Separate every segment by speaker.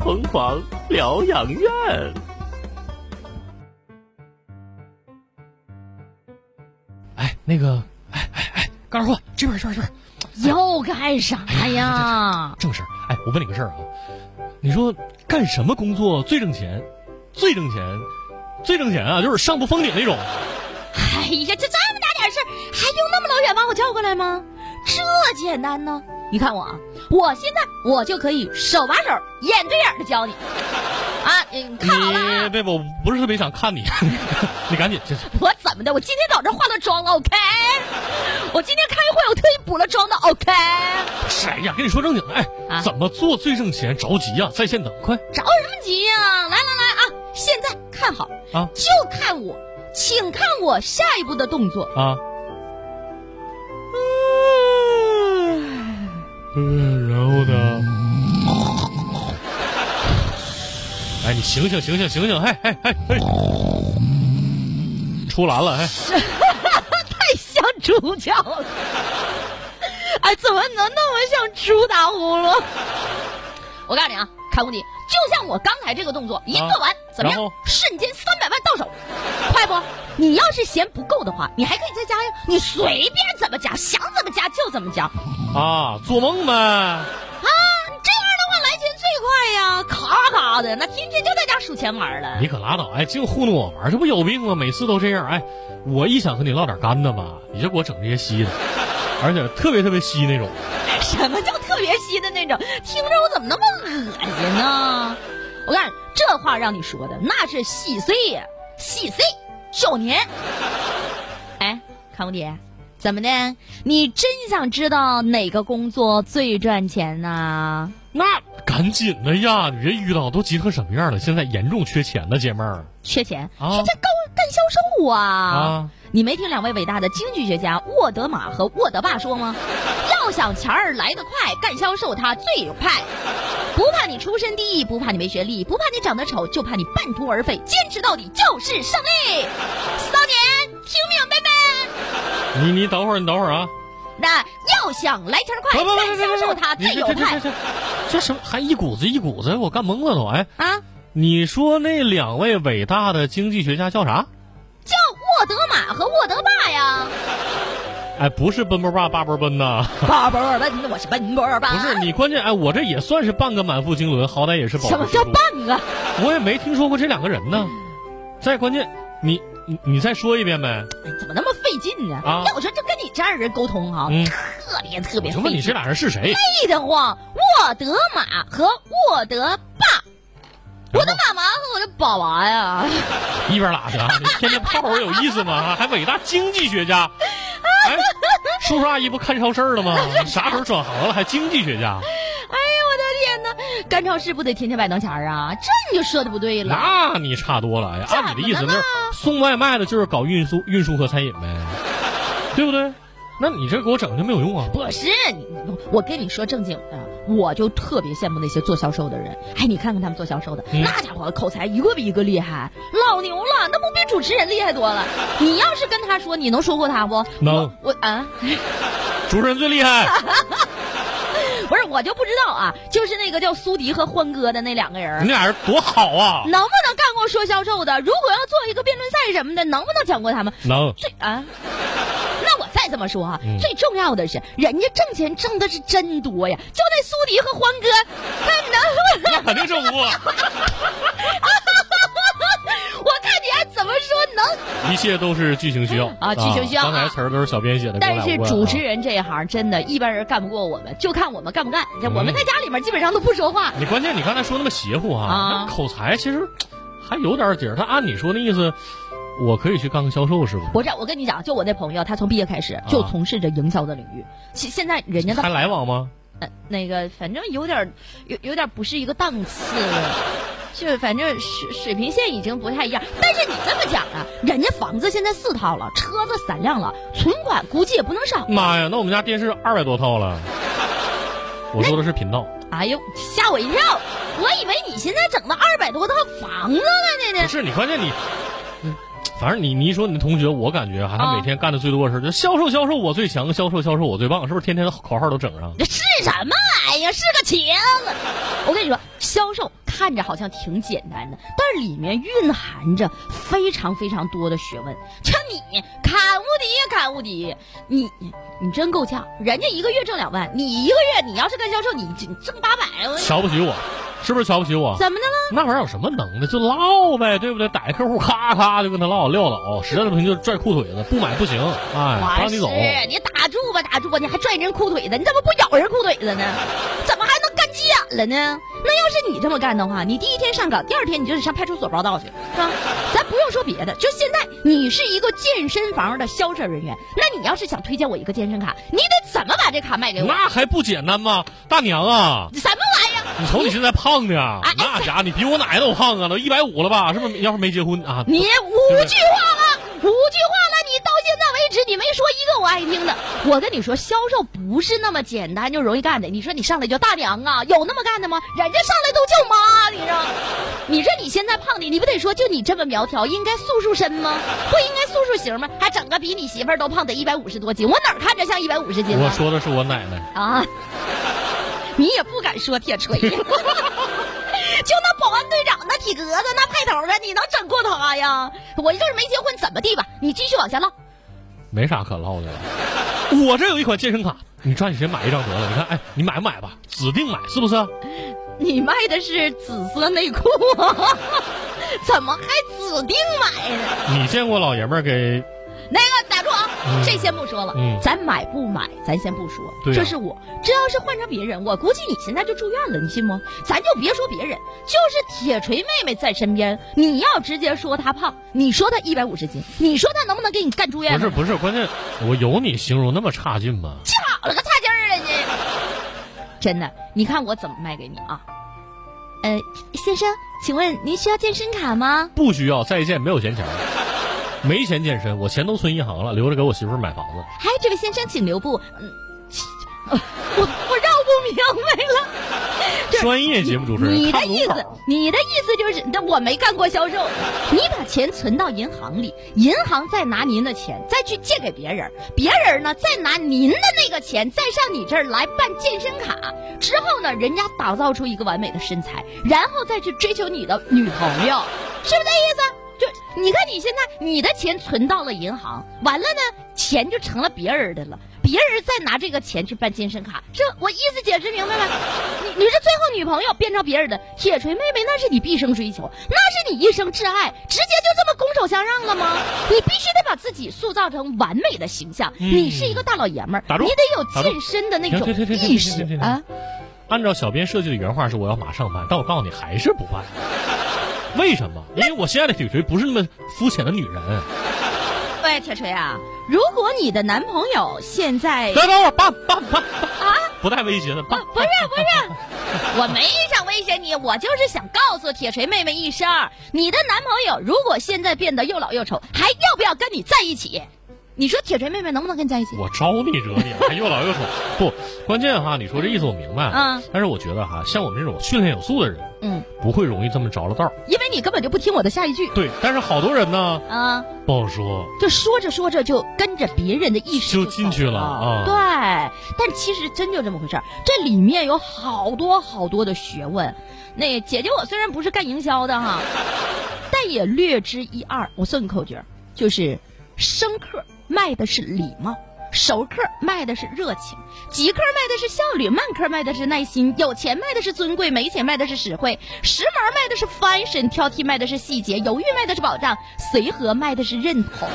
Speaker 1: 疯狂疗养院。
Speaker 2: 哎，那个，哎哎哎，干二货，这边这边这边，
Speaker 3: 要干啥呀？
Speaker 2: 正事儿。哎，我问你个事儿啊，你说干什么工作最挣钱？最挣钱，最挣钱啊，就是上不封顶那种。
Speaker 3: 哎呀，就这么大点事儿，还用那么老远把我叫过来吗？这简单呢！你看我啊，我现在我就可以手把手、眼对眼的教你啊！你看 好了啊
Speaker 2: 你！别，我不是特别想看你， 你赶紧，这是
Speaker 3: 我怎么的？我今天早上化了妆了，OK？我今天开会，我特意补了妆的，OK？
Speaker 2: 是哎呀，跟你说正经的，哎，
Speaker 3: 啊
Speaker 2: 怎么做最挣钱？着急呀、在线等，快
Speaker 3: 着什么急呀、来来来啊！现在看好，
Speaker 2: 啊
Speaker 3: 就看我，请看我下一步的动作。
Speaker 2: 啊！嗯，然后呢？哎，你醒醒醒醒醒醒！哎哎哎哎，出栏了！哎，
Speaker 3: 太哎像猪叫了。哎，怎么能那么像猪打呼噜？我告诉你啊，开公鸡，就像我刚才这个动作，一做完、怎
Speaker 2: 啊然
Speaker 3: 么样
Speaker 2: 后？
Speaker 3: 瞬间三百万到手，快不？你要是嫌不够的话，你还可以再加呀，你随便怎么加，想怎么加就怎么加。
Speaker 2: 啊，做梦呗！
Speaker 3: 啊，你这样的话来钱最快呀，咔咔的，那天天就在家数钱玩了
Speaker 2: 你。可拉倒！哎，净糊弄我玩儿，这不有病吗？每次都这样。哎，我一想和你唠点干的吧，你就给我整这些稀的，而且特别特别稀那种。
Speaker 3: 什么叫特别稀的那种？听着我怎么那么恶心呢？我告诉你，这话让你说的那是细碎呀，细碎少年。 哎，康公姐，怎么的？你真想知道哪个工作最赚钱呢？
Speaker 2: 那赶紧的呀！你别遇到都急成什么样了，现在严重缺钱呢，姐妹儿
Speaker 3: 缺钱，
Speaker 2: 啊
Speaker 3: 缺钱高干销售啊！
Speaker 2: 啊！
Speaker 3: 你没听两位伟大的经济学家沃德玛和沃德爸说 吗？要想钱儿来得快，干销售它最快。不怕你出身低，不怕你没学历，不怕你长得丑，就怕你半途而废。坚持到底就是胜利。骚年，听明白没？
Speaker 2: 你你等会儿，你等会儿啊！
Speaker 3: 那要想来钱儿
Speaker 2: 不
Speaker 3: 快，
Speaker 2: 不不
Speaker 3: 干哎销
Speaker 2: 不
Speaker 3: 售
Speaker 2: 不
Speaker 3: 它
Speaker 2: 不，
Speaker 3: 最
Speaker 2: 你
Speaker 3: 有
Speaker 2: 这这这
Speaker 3: 派
Speaker 2: 这这这什么还一股子一股子，我干懵了都！哎，
Speaker 3: 啊！
Speaker 2: 你说那两位伟大的经济学家叫啥？
Speaker 3: 叫沃德玛和沃德爸呀，
Speaker 2: 哎，不是奔波爸巴波奔呐，
Speaker 3: 巴波尔奔，我是奔波尔
Speaker 2: 不
Speaker 3: 吧？
Speaker 2: 是你，关键哎，我这也算是半个满腹经纶，好歹也是宝。
Speaker 3: 什么叫啊半嗯个？
Speaker 2: 我也没听说过这两个人呢。再关键，你你你再说一遍呗。
Speaker 3: 哎怎么那么费劲呢？
Speaker 2: 啊
Speaker 3: 要我说，就跟你这样人沟通哈、
Speaker 2: 嗯
Speaker 3: 哦特别特
Speaker 2: 我
Speaker 3: 别
Speaker 2: 就
Speaker 3: 费
Speaker 2: 问你
Speaker 3: 劲
Speaker 2: 这俩人是谁？
Speaker 3: 得慌。沃德玛和沃德爸，我的爸妈和我的宝娃呀，哎
Speaker 2: 一边拉去啊！你天天泡会儿有意思吗？还伟大经济学
Speaker 3: 啊
Speaker 2: 家？哎，叔叔阿姨不看超市了吗？你啥时候转行了？还经济学家？
Speaker 3: 天哪，干超市不得天天摆弄钱儿啊？这你就说的不对了。
Speaker 2: 那你差多了。哎呀，按你的意思，
Speaker 3: 怎么
Speaker 2: 那
Speaker 3: 了
Speaker 2: 送外卖的就是搞运输、运输和餐饮呗，对不对？那你这给我整就没有用啊！
Speaker 3: 不是你，我跟你说正经的，我就特别羡慕那些做销售的人。哎，你看看他们做销售的，
Speaker 2: 嗯
Speaker 3: 那家伙口才一个比一个厉害，老牛了，那不比主持人厉害多 了？你要是跟他说，你能说过他不？
Speaker 2: 能
Speaker 3: 我我啊。
Speaker 2: 主持人最厉 害，
Speaker 3: 不是，我就不知道啊，就是那个叫苏迪和欢哥的那两个
Speaker 2: 你
Speaker 3: 人，
Speaker 2: 俩人多好 啊！
Speaker 3: 能不能干过说销售的？如果要做一个辩论赛什么的，能不能讲过他们？
Speaker 2: 能，
Speaker 3: 最啊，那我再这么说哈、啊
Speaker 2: 嗯
Speaker 3: 最重要的是，人家挣钱挣的是真多呀，就那苏迪和欢哥，他们能，
Speaker 2: 那肯定啊挣不过。
Speaker 3: 我看你还怎么说能？
Speaker 2: 一切都是剧情需要
Speaker 3: 啊剧情需要
Speaker 2: 刚
Speaker 3: 啊
Speaker 2: 才词儿都是小编写的，给我
Speaker 3: 但
Speaker 2: 俩
Speaker 3: 是
Speaker 2: 无关啊
Speaker 3: 主持人这一行真的，一般人干不过我们，就看我们干不干。这
Speaker 2: 嗯
Speaker 3: 我们在家里面基本上都不说话。
Speaker 2: 你关键你刚才说那么邪乎哈、那
Speaker 3: 啊
Speaker 2: 口才其实还有点底儿。他按你说那意思，我可以去干个销售是不是？
Speaker 3: 我这我跟你讲，就我那朋友，他从毕业开始
Speaker 2: 啊
Speaker 3: 就从事着营销的领域，现、现在人家到
Speaker 2: 还来往吗？
Speaker 3: 呃那个反正有点儿有有点儿不是一个档次了，就是反正水水平线已经不太一样。但是你这么讲啊，人家房子现在四套了，车子三辆了，存款估计也不能少。
Speaker 2: 妈呀，那我们家电视二百多套了。我说的是频道，
Speaker 3: 哎呦，吓我一跳！我以为你现在整了二百多套房子了呢
Speaker 2: 不
Speaker 3: 呢。
Speaker 2: 是你关键你，嗯反正你你一说你的同学，我感觉哈、他
Speaker 3: 啊
Speaker 2: 每天干的最多的事儿就销售销售我最强，销售销售我最棒，是不是天天口号都整上？
Speaker 3: 这是什么玩意儿？是个茄子！我跟你说，销售咔看着好像挺简单的，但是里面蕴含着非常非常多的学问。这你砍无敌，砍无敌，你你真够呛。人家一个月挣两万，你一个月你要是干销售，你挣挣八百，我
Speaker 2: 瞧不起我，是不是瞧不起我？
Speaker 3: 怎么的了？
Speaker 2: 那玩意儿有什么能耐？就唠呗，对不对？逮客户咔咔就跟他唠撂倒，实在不行就拽裤腿子，不买不行，哎，
Speaker 3: 我
Speaker 2: 不让你走。
Speaker 3: 是你打住吧，打住吧，你还拽人裤腿子，你怎么不咬人裤腿子呢？怎么还能干急眼了呢？那要是你这么干的话，你第一天上岗，第二天你就得上派出所报道去，是吧？咱不用说别的，就现在你是一个健身房的销售人员，那你要是想推荐我一个健身卡，你得怎么把这卡卖给我？
Speaker 2: 那还不简单吗？大娘啊，
Speaker 3: 什么玩意儿？
Speaker 2: 你瞅你现在胖的呀
Speaker 3: 哎，
Speaker 2: 那家伙你比我奶都胖啊，都一百五了吧？是不是？要是没结婚啊，
Speaker 3: 你五句话了，五句话了，你到现在为止你没说一个我爱听的。我跟你说，销售不是那么简单就容易干的。你说你上来就大娘啊，有那么干的吗？人家上来都叫妈，你说，你说你现在胖的，你不得说就你这么苗条，应该塑塑身吗？不应该塑塑形吗？还整个比你媳妇儿都胖，得一百五十多斤，我哪儿看着像一百五十斤
Speaker 2: 我
Speaker 3: 啊？
Speaker 2: 说的是我奶奶。
Speaker 3: 啊，你也不敢说铁锤。 就那保安队长那体格子那派头的，你能整过他呀？我就是没结婚，怎么地吧？你继续往下唠。
Speaker 2: 没啥可唠的了。我这有一款健身卡，你抓紧时间买一张得了。你看，哎，你买不买吧？指定买，是不是？
Speaker 3: 你卖的是紫色内裤啊？ 怎么还指定买呢？
Speaker 2: 你见过老爷们儿给
Speaker 3: 那个打住啊，
Speaker 2: 嗯
Speaker 3: 这先不说了，
Speaker 2: 嗯
Speaker 3: 咱买不买，咱先不说。
Speaker 2: 对啊
Speaker 3: 这是我，这要是换成别人，我估计你现在就住院了，你信不？咱就别说别人，就是铁锤妹妹在身边，你要直接说她胖，你说她一百五十斤，你说她能不能给你干住院？
Speaker 2: 不是不是，关键我有你形容那么差劲吗？
Speaker 3: 气跑了个差劲儿了你。真的，你看我怎么卖给你啊？呃，先生，请问您需要健身卡吗？
Speaker 2: 不需要再见，没有闲钱儿，没钱健身，我钱都存银行了，留着给我媳妇儿买房子。
Speaker 3: 嗨，哎这位先生，请留步。嗯，呃我我绕不明白了。这
Speaker 2: 专业节目主持人，
Speaker 3: 你的
Speaker 2: 看不懂
Speaker 3: 意思，你的意思就是，那我没干过销售，你把钱存到银行里，银行再拿您的钱再去借给别人，别人呢再拿您的那个钱再上你这儿来办健身卡，之后呢，人家打造出一个完美的身材，然后再去追求你的女朋友，是不是这意思？就 你看你现在你的钱存到了银行，完了呢，钱就成了别人的了。别人再拿这个钱去办健身卡，这我意思解释明白吗？你你这最后女朋友变成别人的铁锤妹妹，那是你毕生追求，那是你一生挚爱，直接就这么拱手相让了吗？你必须得把自己塑造成完美的形象，
Speaker 2: 嗯
Speaker 3: 你是一个大老爷们儿，
Speaker 2: 打住
Speaker 3: 你得有
Speaker 2: 打住
Speaker 3: 健身的那
Speaker 2: 停
Speaker 3: 种
Speaker 2: 停停停停
Speaker 3: 意
Speaker 2: 停
Speaker 3: 识
Speaker 2: 停停
Speaker 3: 啊！
Speaker 2: 按照小编设计的原话是我要马上办，但我告诉你还是不办。为什么？因为我现在的铁锤不是那么肤浅的女人。
Speaker 3: 喂，铁锤啊，如果你的男朋友 现在
Speaker 2: 等等会儿，办办办啊！不带威胁的办。
Speaker 3: 不是不是，我没想威胁你，我就是想告诉铁锤妹妹一声儿，你的男朋友如果现在变得又老又丑，还要不要跟你在一起？你说铁锤妹妹能不能跟你在一起？
Speaker 2: 我招你惹你了， 还又老又丑。不，关键哈，你说这意思我明白。
Speaker 3: 嗯，
Speaker 2: 但是我觉得哈，像我们这种训练有素的人，
Speaker 3: 嗯，
Speaker 2: 不会容易这么着了道儿。
Speaker 3: 因为你根本就不听我的下一句
Speaker 2: 对，但是好多人呢，
Speaker 3: 啊，
Speaker 2: 不好说。
Speaker 3: 就说着说着就跟着别人的意识
Speaker 2: 就
Speaker 3: 走
Speaker 2: 进去了啊
Speaker 3: 对，但其实真就这么回事儿，这里面有好多好多的学问。那姐姐我虽然不是干营销的 哈，但也略知一二。我送你口诀儿，就是生客卖的是礼貌。熟客卖的是热情，急客卖的是效率，慢客卖的是耐心，有钱卖的是尊贵，没钱卖的是实惠，时髦卖的是 fashion，挑剔卖的是细节，犹豫卖的是保障，随和卖的是认同。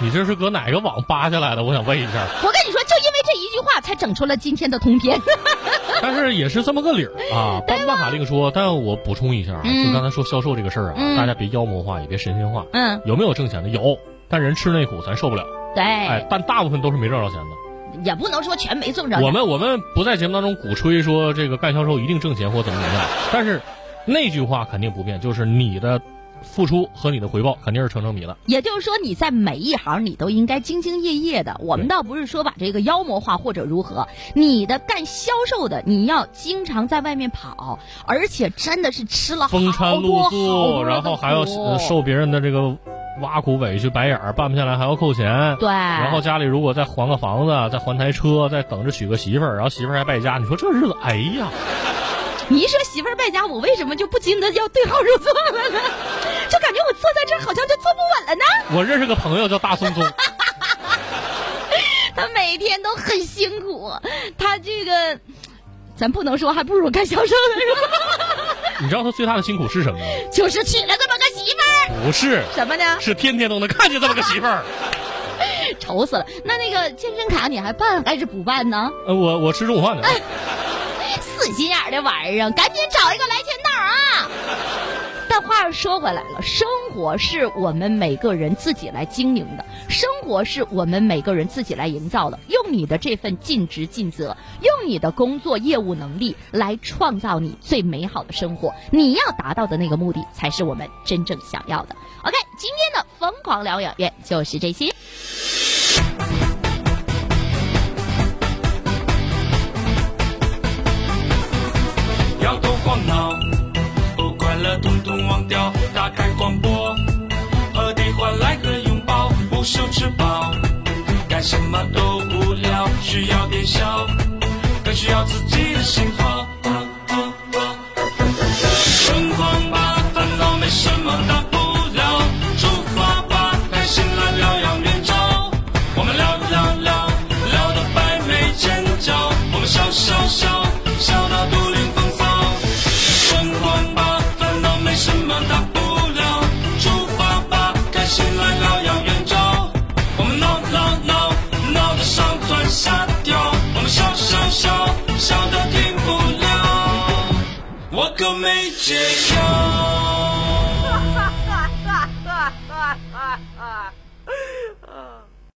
Speaker 2: 你这是搁哪个网扒下来的？我想问一下。
Speaker 3: 我跟你说，就因为这一句话，才整出了今天的通 篇。
Speaker 2: 但是也是这么个理儿啊。办不办卡另说，但我补充一下啊，
Speaker 3: 嗯
Speaker 2: 就刚才说销售这个事儿啊，
Speaker 3: 嗯
Speaker 2: 大家别妖魔化，也别神仙化。
Speaker 3: 嗯，
Speaker 2: 有没有挣钱的？有，但人吃那苦咱受不了。
Speaker 3: 对，
Speaker 2: 哎，但大部分都是没挣着钱的。
Speaker 3: 也不能说全没挣着。
Speaker 2: 我们我们不在节目当中鼓吹说这个干销售一定挣钱或怎么怎么样，但是那句话肯定不变，就是你的付出和你的回报肯定是成正比的。
Speaker 3: 也就是说，你在每一行你都应该兢兢业业的。我们
Speaker 2: 对
Speaker 3: 倒不是说把这个妖魔化或者如何，你的干销售的，你要经常在外面跑，而且真的是吃了
Speaker 2: 风餐露
Speaker 3: 啊好多好多
Speaker 2: 宿，
Speaker 3: 的
Speaker 2: 然后还要
Speaker 3: 苦
Speaker 2: 呃受别人的这个挖苦委屈、白眼儿，办不下来还要扣钱。
Speaker 3: 对，
Speaker 2: 然
Speaker 3: 然
Speaker 2: 后家里如果再还个房子，再还台车，再等着娶个媳妇儿，然后媳妇儿还败家，你说这日子，哎呀，
Speaker 3: 你一说媳妇儿败家，我为什么就不禁得要对号入座了呢？就感觉我坐在这儿好像就坐不稳了呢。
Speaker 2: 我认识个朋友叫大松松，
Speaker 3: 他每天都很辛苦，他这个，咱不能说，还不如干销售呢， 是
Speaker 2: 你知道他最大的辛苦是什么吗？
Speaker 3: 吧？就是娶了这么个媳妇儿，
Speaker 2: 不是，
Speaker 3: 什么呢？
Speaker 2: 是天天都能看见这么个媳妇儿。
Speaker 3: 愁死了。那那个健身卡你还办还是不办呢？
Speaker 2: 呃，我我吃中午饭呢。
Speaker 3: 死心眼儿的啊玩意儿，赶紧找一个来钱道儿啊！但话又说回来了，生活是我们每个人自己来经营的，生活是我们每个人自己来营造的。用你的这份尽职尽责，用你的工作业务能力来创造你最美好的生活。你要达到的那个目的，才是我们真正想要的。OK，今天的疯狂疗养院就是这些。
Speaker 4: 摇头晃脑，不快乐统统忘掉。打开广播，和你换来个拥抱，不愁吃饱，干什么都无聊，需要点笑，更需要自己的信号。春光吧，烦恼没什么大不了，出发吧，开心来疗养院照，我们聊聊聊，聊到百眉尖角，我们笑笑笑，笑到独领风骚。春光吧，烦恼没什么大不了，出发吧，开心来疗养院照，我们闹闹闹，闹得上蹿下跳，我们笑笑笑，笑到停不了。我可没解药。
Speaker 5: 哈哈哈哈哈哈！啊。